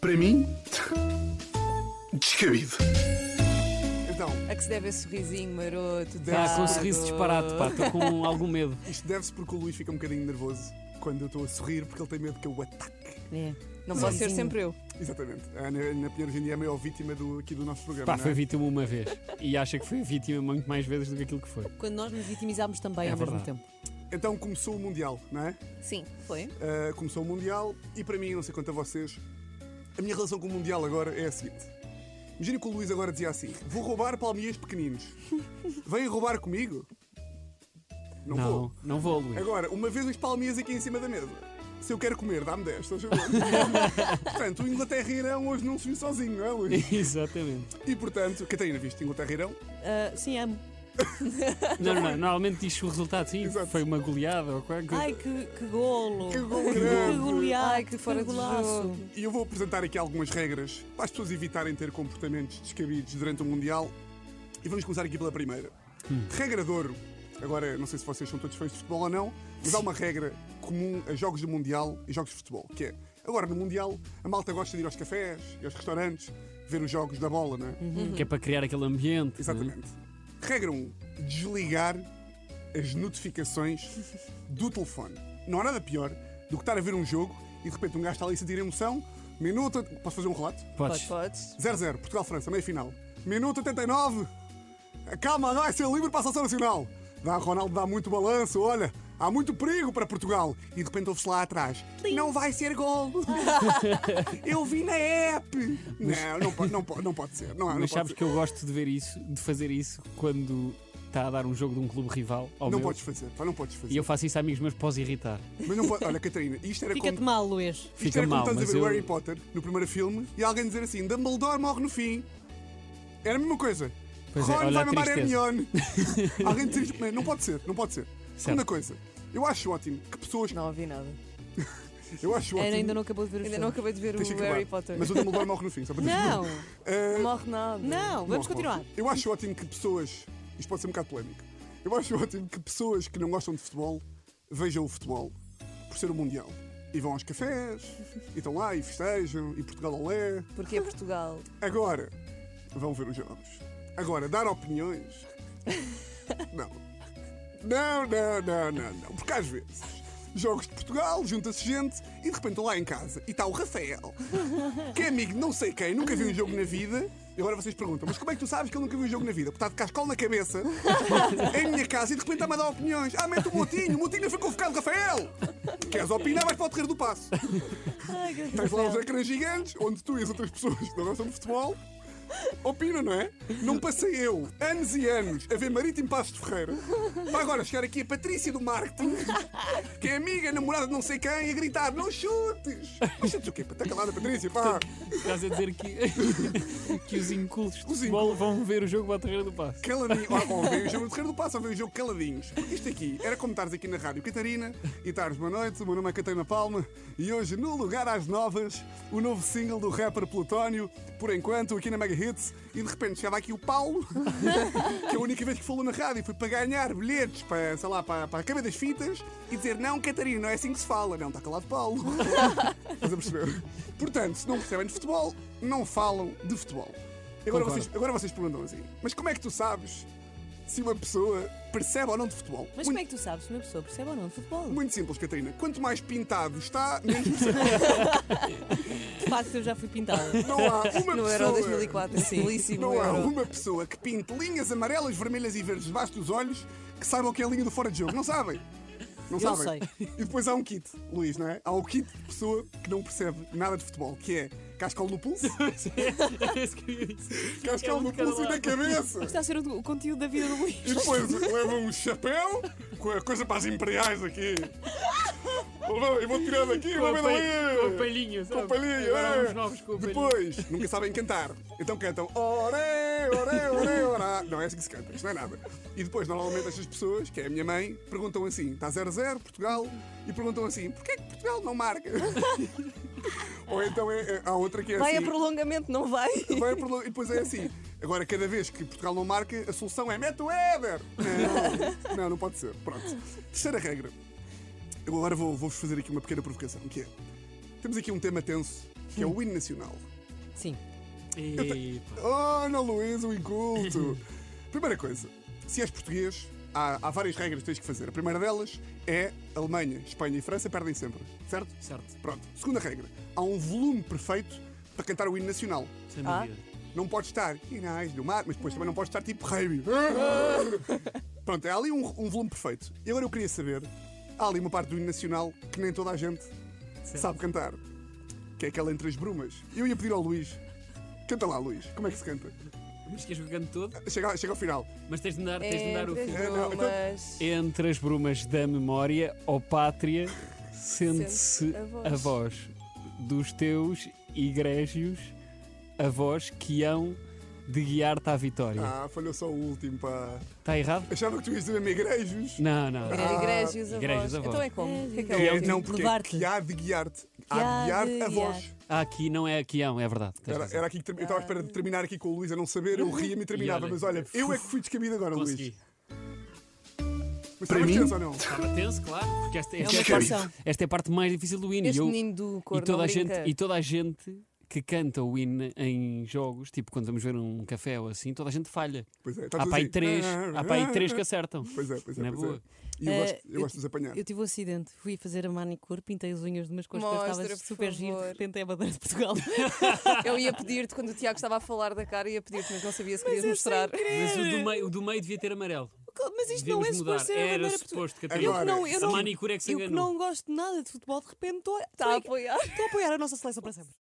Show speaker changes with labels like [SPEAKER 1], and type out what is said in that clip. [SPEAKER 1] para mim, descabido.
[SPEAKER 2] Então,
[SPEAKER 3] A que se deve esse sorrisinho maroto.
[SPEAKER 2] Deve-se
[SPEAKER 3] dado.
[SPEAKER 2] Ah,
[SPEAKER 4] com um sorriso disparado, pá, estou com algum medo.
[SPEAKER 2] isto deve-se porque o Luís fica um bocadinho nervoso quando eu estou a sorrir porque ele tem medo que eu o ataque.
[SPEAKER 3] É. Não pode ser
[SPEAKER 4] Sorrisinho.
[SPEAKER 3] sempre eu.
[SPEAKER 2] Exatamente. A Ana, Ana Pinheiro hoje em dia é a maior vítima do, aqui do nosso programa.
[SPEAKER 4] Pá,
[SPEAKER 2] não é?
[SPEAKER 4] foi vítima uma vez e acha que foi vítima muito mais vezes do que aquilo que foi.
[SPEAKER 5] Quando nós nos vitimizámos também
[SPEAKER 4] É
[SPEAKER 5] ao mesmo
[SPEAKER 4] verdade.
[SPEAKER 5] tempo.
[SPEAKER 2] Então começou o Mundial, não é?
[SPEAKER 3] Sim, foi.
[SPEAKER 2] Uh, começou o Mundial e para mim, não sei quanto a vocês, a minha relação com o Mundial agora é a seguinte. Imagina que o Luís agora dizia assim: vou roubar palmiers pequeninos. Vêm roubar comigo? Não, vou.
[SPEAKER 4] não, não vou, Luís.
[SPEAKER 2] Agora, uma vez os palmiers aqui em cima da mesa. Se eu quero comer, dá-me 10, estás a ver? Portanto, o Inglaterra e Irão hoje não subiu sozinho, não é, Luís?
[SPEAKER 4] Exatamente.
[SPEAKER 2] E portanto, Catarina, viste Inglaterra e Irão?
[SPEAKER 5] Ah, sim, amo.
[SPEAKER 4] Não, não, não, normalmente diz o resultado, sim,
[SPEAKER 2] Exato.
[SPEAKER 4] foi uma goleada ou qualquer coisa.
[SPEAKER 5] Ai, que, que golo!
[SPEAKER 2] Que
[SPEAKER 5] Que
[SPEAKER 2] gol grande!
[SPEAKER 5] goleado!
[SPEAKER 3] Ai, que fora de
[SPEAKER 5] golaço!
[SPEAKER 3] jogo.
[SPEAKER 2] E eu vou apresentar aqui algumas regras para as pessoas evitarem ter comportamentos descabidos durante o Mundial. E vamos começar aqui pela primeira. Regra de ouro. Agora, não sei se vocês são todos fãs de futebol ou não, mas há uma regra comum a jogos do Mundial e jogos de futebol, que é, agora no Mundial, a malta gosta de ir aos cafés e aos restaurantes, ver os jogos da bola, não é?
[SPEAKER 4] Que é para criar aquele ambiente. não é?
[SPEAKER 2] Exatamente. Regra 1. Desligar as notificações do telefone. Não há nada pior do que estar a ver um jogo e de repente um gajo está ali a sentir emoção. Minuto. Posso fazer um relato?
[SPEAKER 4] Podes.
[SPEAKER 3] Podes.
[SPEAKER 2] 0-0, Portugal-França, meia final. Minuto 89. Calma, vai ser livre para a seleção nacional. Dá, Ronaldo dá muito balanço, olha. Há muito perigo para Portugal. E de repente ouve-se lá atrás. Não vai ser gol. Eu vi na app. Não, não pode, não pode, não pode ser. Não, há- não
[SPEAKER 4] Mas
[SPEAKER 2] pode
[SPEAKER 4] sabes
[SPEAKER 2] ser.
[SPEAKER 4] que eu gosto de ver isso, de fazer isso quando está a dar um jogo de um clube rival ao
[SPEAKER 2] Não
[SPEAKER 4] meu.
[SPEAKER 2] podes fazer, pá, não podes fazer.
[SPEAKER 4] E eu faço isso a amigos meus pós irritar.
[SPEAKER 2] Mas não pode. Olha, Catarina, isto era
[SPEAKER 5] Fica-te
[SPEAKER 2] como.
[SPEAKER 5] mal, Luís.
[SPEAKER 2] Isto
[SPEAKER 4] Fica
[SPEAKER 2] era
[SPEAKER 4] mal,
[SPEAKER 2] é como estás a
[SPEAKER 4] mas
[SPEAKER 2] ver o
[SPEAKER 4] eu...
[SPEAKER 2] Harry Potter no primeiro filme e alguém dizer assim: Dumbledore morre no fim. Era a mesma coisa.
[SPEAKER 4] Pois é,
[SPEAKER 2] Ron
[SPEAKER 4] olha
[SPEAKER 2] vai
[SPEAKER 4] a
[SPEAKER 2] mamar
[SPEAKER 4] tristeza.
[SPEAKER 2] Hermione. alguém dizer isto. Não pode ser, não pode ser. Segunda coisa, eu acho ótimo que pessoas.
[SPEAKER 3] Não ouvi nada.
[SPEAKER 2] Eu acho
[SPEAKER 5] Ana
[SPEAKER 2] ótimo.
[SPEAKER 5] ainda não acabou de ver o
[SPEAKER 3] Ainda não
[SPEAKER 5] filme.
[SPEAKER 3] acabei de ver
[SPEAKER 2] Deixa
[SPEAKER 3] o
[SPEAKER 2] acabar.
[SPEAKER 3] Harry Potter.
[SPEAKER 2] Mas o Dumbledore morre no fim, só para dizer.
[SPEAKER 5] Não,
[SPEAKER 2] Ah,
[SPEAKER 3] Não morre nada.
[SPEAKER 5] não, vamos
[SPEAKER 2] Morre,
[SPEAKER 5] continuar.
[SPEAKER 2] morre. Eu acho ótimo que pessoas. Isto pode ser um bocado polémico. Eu acho ótimo que pessoas que não gostam de futebol vejam o futebol por ser o Mundial. E vão aos cafés, e estão lá e festejam, e Portugal olé.
[SPEAKER 3] Porque é Portugal.
[SPEAKER 2] Agora, vão ver os jogos. Agora, dar opiniões. Não. Não, não, não, não, não. Porque às vezes, jogos de Portugal, junta-se gente e de repente estão lá em casa e está o Rafael, que é amigo de não sei quem, nunca viu um jogo na vida. E agora vocês perguntam, mas como é que tu sabes que ele nunca viu um jogo na vida? Porque está de cascola na cabeça, em minha casa, e de repente está-me a dar opiniões. Ah, mete o Motinho, o Motinho não foi convocado, Rafael! Queres opinar, vais para o terreiro do passo.
[SPEAKER 5] Ai, grande
[SPEAKER 2] Tens lá os
[SPEAKER 5] Rafael.
[SPEAKER 2] ecrãs gigantes, onde tu e as outras pessoas que não gostam de futebol opinam, não é? Não passei eu, anos e anos, a ver Marítimo Passos de Ferreira, para agora chegar aqui a Patrícia do Marketing, que é amiga, namorada de não sei quem, e a gritar: não chutes! Mas chutes o quê? Está calada, Patrícia, pá!
[SPEAKER 4] Estás a dizer que, que os incultos de
[SPEAKER 2] Os
[SPEAKER 4] futebol vão ver o jogo para a Terreira do Passo.
[SPEAKER 2] Caladinho, ou, ou veio o jogo do Terreiro do Passo, ou veio o jogo caladinhos. Porque isto aqui era como estares aqui na Rádio Catarina e estares, boa noite, o meu nome é Catarina Palma e hoje, no lugar às novas, o novo single do rapper Plutónio, por enquanto, aqui na Mega Hits, e de repente chegava aqui o Paulo, que é a única vez que falou na rádio foi para ganhar bilhetes para, sei lá, para, para a cama das fitas e dizer: Não, Catarina, não é assim que se fala, não, está calado Paulo. Estás a perceber? Portanto, se não percebem de futebol, não falam de futebol. E Agora
[SPEAKER 4] Concordo.
[SPEAKER 2] vocês, agora vocês perguntam assim: Mas como é que tu sabes se uma pessoa percebe ou não de futebol?
[SPEAKER 5] Mas como é que tu sabes se uma pessoa percebe ou não de futebol?
[SPEAKER 2] Muito simples, Catarina. Quanto mais pintado está, menos percebe.
[SPEAKER 5] De facto, eu já fui pintada.
[SPEAKER 2] Não há uma
[SPEAKER 3] No
[SPEAKER 2] pessoa.
[SPEAKER 3] Euro 2004, esse
[SPEAKER 5] Sim.
[SPEAKER 3] belíssimo
[SPEAKER 2] Não há um
[SPEAKER 3] Euro.
[SPEAKER 2] uma pessoa que pinte linhas amarelas, vermelhas e verdes debaixo dos olhos que saiba o que é a linha do fora de jogo. Não sabem? Não
[SPEAKER 5] Eu
[SPEAKER 2] sabem? E depois há um kit, Luís, não é? Há o kit de pessoa que não percebe nada de futebol, que é cascola no pulso,
[SPEAKER 4] É isso que eu ia dizer.
[SPEAKER 2] cascola
[SPEAKER 4] um
[SPEAKER 2] no
[SPEAKER 4] de cada
[SPEAKER 2] é pulso e na
[SPEAKER 4] lado.
[SPEAKER 2] cabeça.
[SPEAKER 5] Está a ser o, o conteúdo da vida do Luís. É
[SPEAKER 2] E depois leva um chapéu com a coisa para as imperiais aqui. Eu vou tirar daqui,
[SPEAKER 4] Com
[SPEAKER 2] vou
[SPEAKER 4] a
[SPEAKER 2] ver
[SPEAKER 4] palhinha, com a
[SPEAKER 2] dali.
[SPEAKER 4] palhinha, sabe?
[SPEAKER 2] Com palhinha,
[SPEAKER 4] Agora
[SPEAKER 2] é.
[SPEAKER 4] há uns novos com a palhinha.
[SPEAKER 2] Depois, nunca sabem cantar. Então cantam oré, oré, oré, orá. Não é assim que se canta, isto não é nada. E depois, normalmente, estas pessoas, que é a minha mãe, perguntam assim: está 0-0, Portugal, e perguntam assim: porquê que Portugal não marca? Ou então é, é- há outra que é
[SPEAKER 3] Vai a
[SPEAKER 2] assim.
[SPEAKER 3] prolongamento, não vai?
[SPEAKER 2] Vai a prolo- E depois é assim. Agora, cada vez que Portugal não marca, a solução é mete o Éder! Não, não, não pode ser. Pronto. Terceira regra. Eu agora vou- vou-vos fazer aqui uma pequena provocação, que é... Temos aqui um tema tenso que é o hino nacional.
[SPEAKER 5] Sim.
[SPEAKER 4] Epa.
[SPEAKER 2] Oh, Ana Luísa, o inculto! Primeira coisa, se és português, há, há várias regras que tens que fazer. A primeira delas é Alemanha, Espanha e França perdem sempre, certo?
[SPEAKER 4] Certo,
[SPEAKER 2] Pronto. Segunda regra, há um volume perfeito para cantar o hino nacional.
[SPEAKER 4] sem
[SPEAKER 3] Ah.
[SPEAKER 4] dúvida.
[SPEAKER 2] Não pode estar Inais do Mar, mas depois também não pode estar tipo Raby. Pronto, há ali um, um volume perfeito. E agora eu queria saber, há ali uma parte do hino nacional que nem toda a gente sabe cantar. Que é aquela entre as brumas. Eu ia pedir ao Luís, canta lá Luís, como é que se canta?
[SPEAKER 4] Mas queres que eu canto todo?
[SPEAKER 2] Chega, chega ao final.
[SPEAKER 4] Mas tens de me dar, tens de me dar o
[SPEAKER 3] Entre
[SPEAKER 4] fim.
[SPEAKER 3] as
[SPEAKER 2] É, não, então-
[SPEAKER 3] brumas.
[SPEAKER 4] Entre as brumas da memória, ó pátria, sente-se
[SPEAKER 3] Sente-se a voz.
[SPEAKER 4] a voz dos teus igrégios, a voz que hão de guiar-te à vitória.
[SPEAKER 2] Ah, falhou só o último, pá.
[SPEAKER 4] Está errado?
[SPEAKER 2] Achava que tu ias dizer migrejos.
[SPEAKER 4] Não, não.
[SPEAKER 3] Era Igrejos a
[SPEAKER 4] Igrejos
[SPEAKER 3] voz.
[SPEAKER 4] a voz.
[SPEAKER 3] Então é como? O que é que é o
[SPEAKER 2] É,
[SPEAKER 3] último?
[SPEAKER 2] não, porque é
[SPEAKER 5] Levar-te.
[SPEAKER 2] que há de guiar-te. Há
[SPEAKER 5] há
[SPEAKER 2] de guiar-te a
[SPEAKER 5] de
[SPEAKER 2] voz.
[SPEAKER 4] Ah, aqui não é aqui hão, é verdade. Tens
[SPEAKER 2] Era,
[SPEAKER 4] razão.
[SPEAKER 2] era aqui que termi- eu estava à espera de terminar aqui com o Luís a não saber, eu ria-me e terminava.
[SPEAKER 4] olha,
[SPEAKER 2] mas olha, eu é que fui descabido agora,
[SPEAKER 4] Consegui.
[SPEAKER 2] Luís. Mas
[SPEAKER 4] Para
[SPEAKER 2] estavas
[SPEAKER 4] mim?
[SPEAKER 2] tenso ou não?
[SPEAKER 4] Estava tenso, claro, porque esta,
[SPEAKER 5] É
[SPEAKER 4] esta
[SPEAKER 5] uma
[SPEAKER 4] a parte-
[SPEAKER 5] canção.
[SPEAKER 4] esta é a parte mais difícil do hino. E
[SPEAKER 3] Este
[SPEAKER 4] eu-
[SPEAKER 3] menino do
[SPEAKER 4] E
[SPEAKER 3] cor
[SPEAKER 4] toda,
[SPEAKER 3] não
[SPEAKER 4] a gente,
[SPEAKER 3] brinca.
[SPEAKER 4] e toda a gente que canta o hino em jogos, tipo quando vamos ver um café ou assim, toda a gente falha.
[SPEAKER 2] Pois é, está
[SPEAKER 4] Há
[SPEAKER 2] tudo
[SPEAKER 4] para aí
[SPEAKER 2] assim.
[SPEAKER 4] três, há para aí três que acertam.
[SPEAKER 2] ah. Pois é, pois é,
[SPEAKER 4] Na
[SPEAKER 2] pois é.
[SPEAKER 4] boa.
[SPEAKER 2] E eu
[SPEAKER 5] Eh,
[SPEAKER 2] gosto, eu
[SPEAKER 5] eu
[SPEAKER 2] gosto de
[SPEAKER 5] ti-
[SPEAKER 2] os apanhar.
[SPEAKER 5] Eu tive um acidente, fui fazer a manicure, pintei as unhas de umas cores que eu
[SPEAKER 3] Mostra,
[SPEAKER 5] estava
[SPEAKER 3] por
[SPEAKER 5] super giro, de
[SPEAKER 3] favor.
[SPEAKER 5] repente é a bandeira de Portugal.
[SPEAKER 3] Eu ia pedir-te, quando o Tiago estava a falar da cara, ia pedir-te, mas não sabia se querias
[SPEAKER 5] eu
[SPEAKER 3] mostrar.
[SPEAKER 4] Mas o do meio, o do meio devia ter amarelo.
[SPEAKER 5] Mas isto não
[SPEAKER 4] Devíamos
[SPEAKER 5] é
[SPEAKER 4] mudar.
[SPEAKER 5] suposto ser a
[SPEAKER 4] Era
[SPEAKER 5] bandeira portuguesa.
[SPEAKER 4] suposto,
[SPEAKER 5] Eu
[SPEAKER 4] Catarina.
[SPEAKER 5] que
[SPEAKER 2] Agora,
[SPEAKER 5] não, eu
[SPEAKER 4] A
[SPEAKER 5] não,
[SPEAKER 4] manicura é que se
[SPEAKER 5] eu que Tá
[SPEAKER 4] enganou.
[SPEAKER 5] não gosto nada de futebol, de repente estou a,
[SPEAKER 3] Está a
[SPEAKER 5] estou
[SPEAKER 3] apoiar.
[SPEAKER 5] a apoiar a nossa seleção para sempre.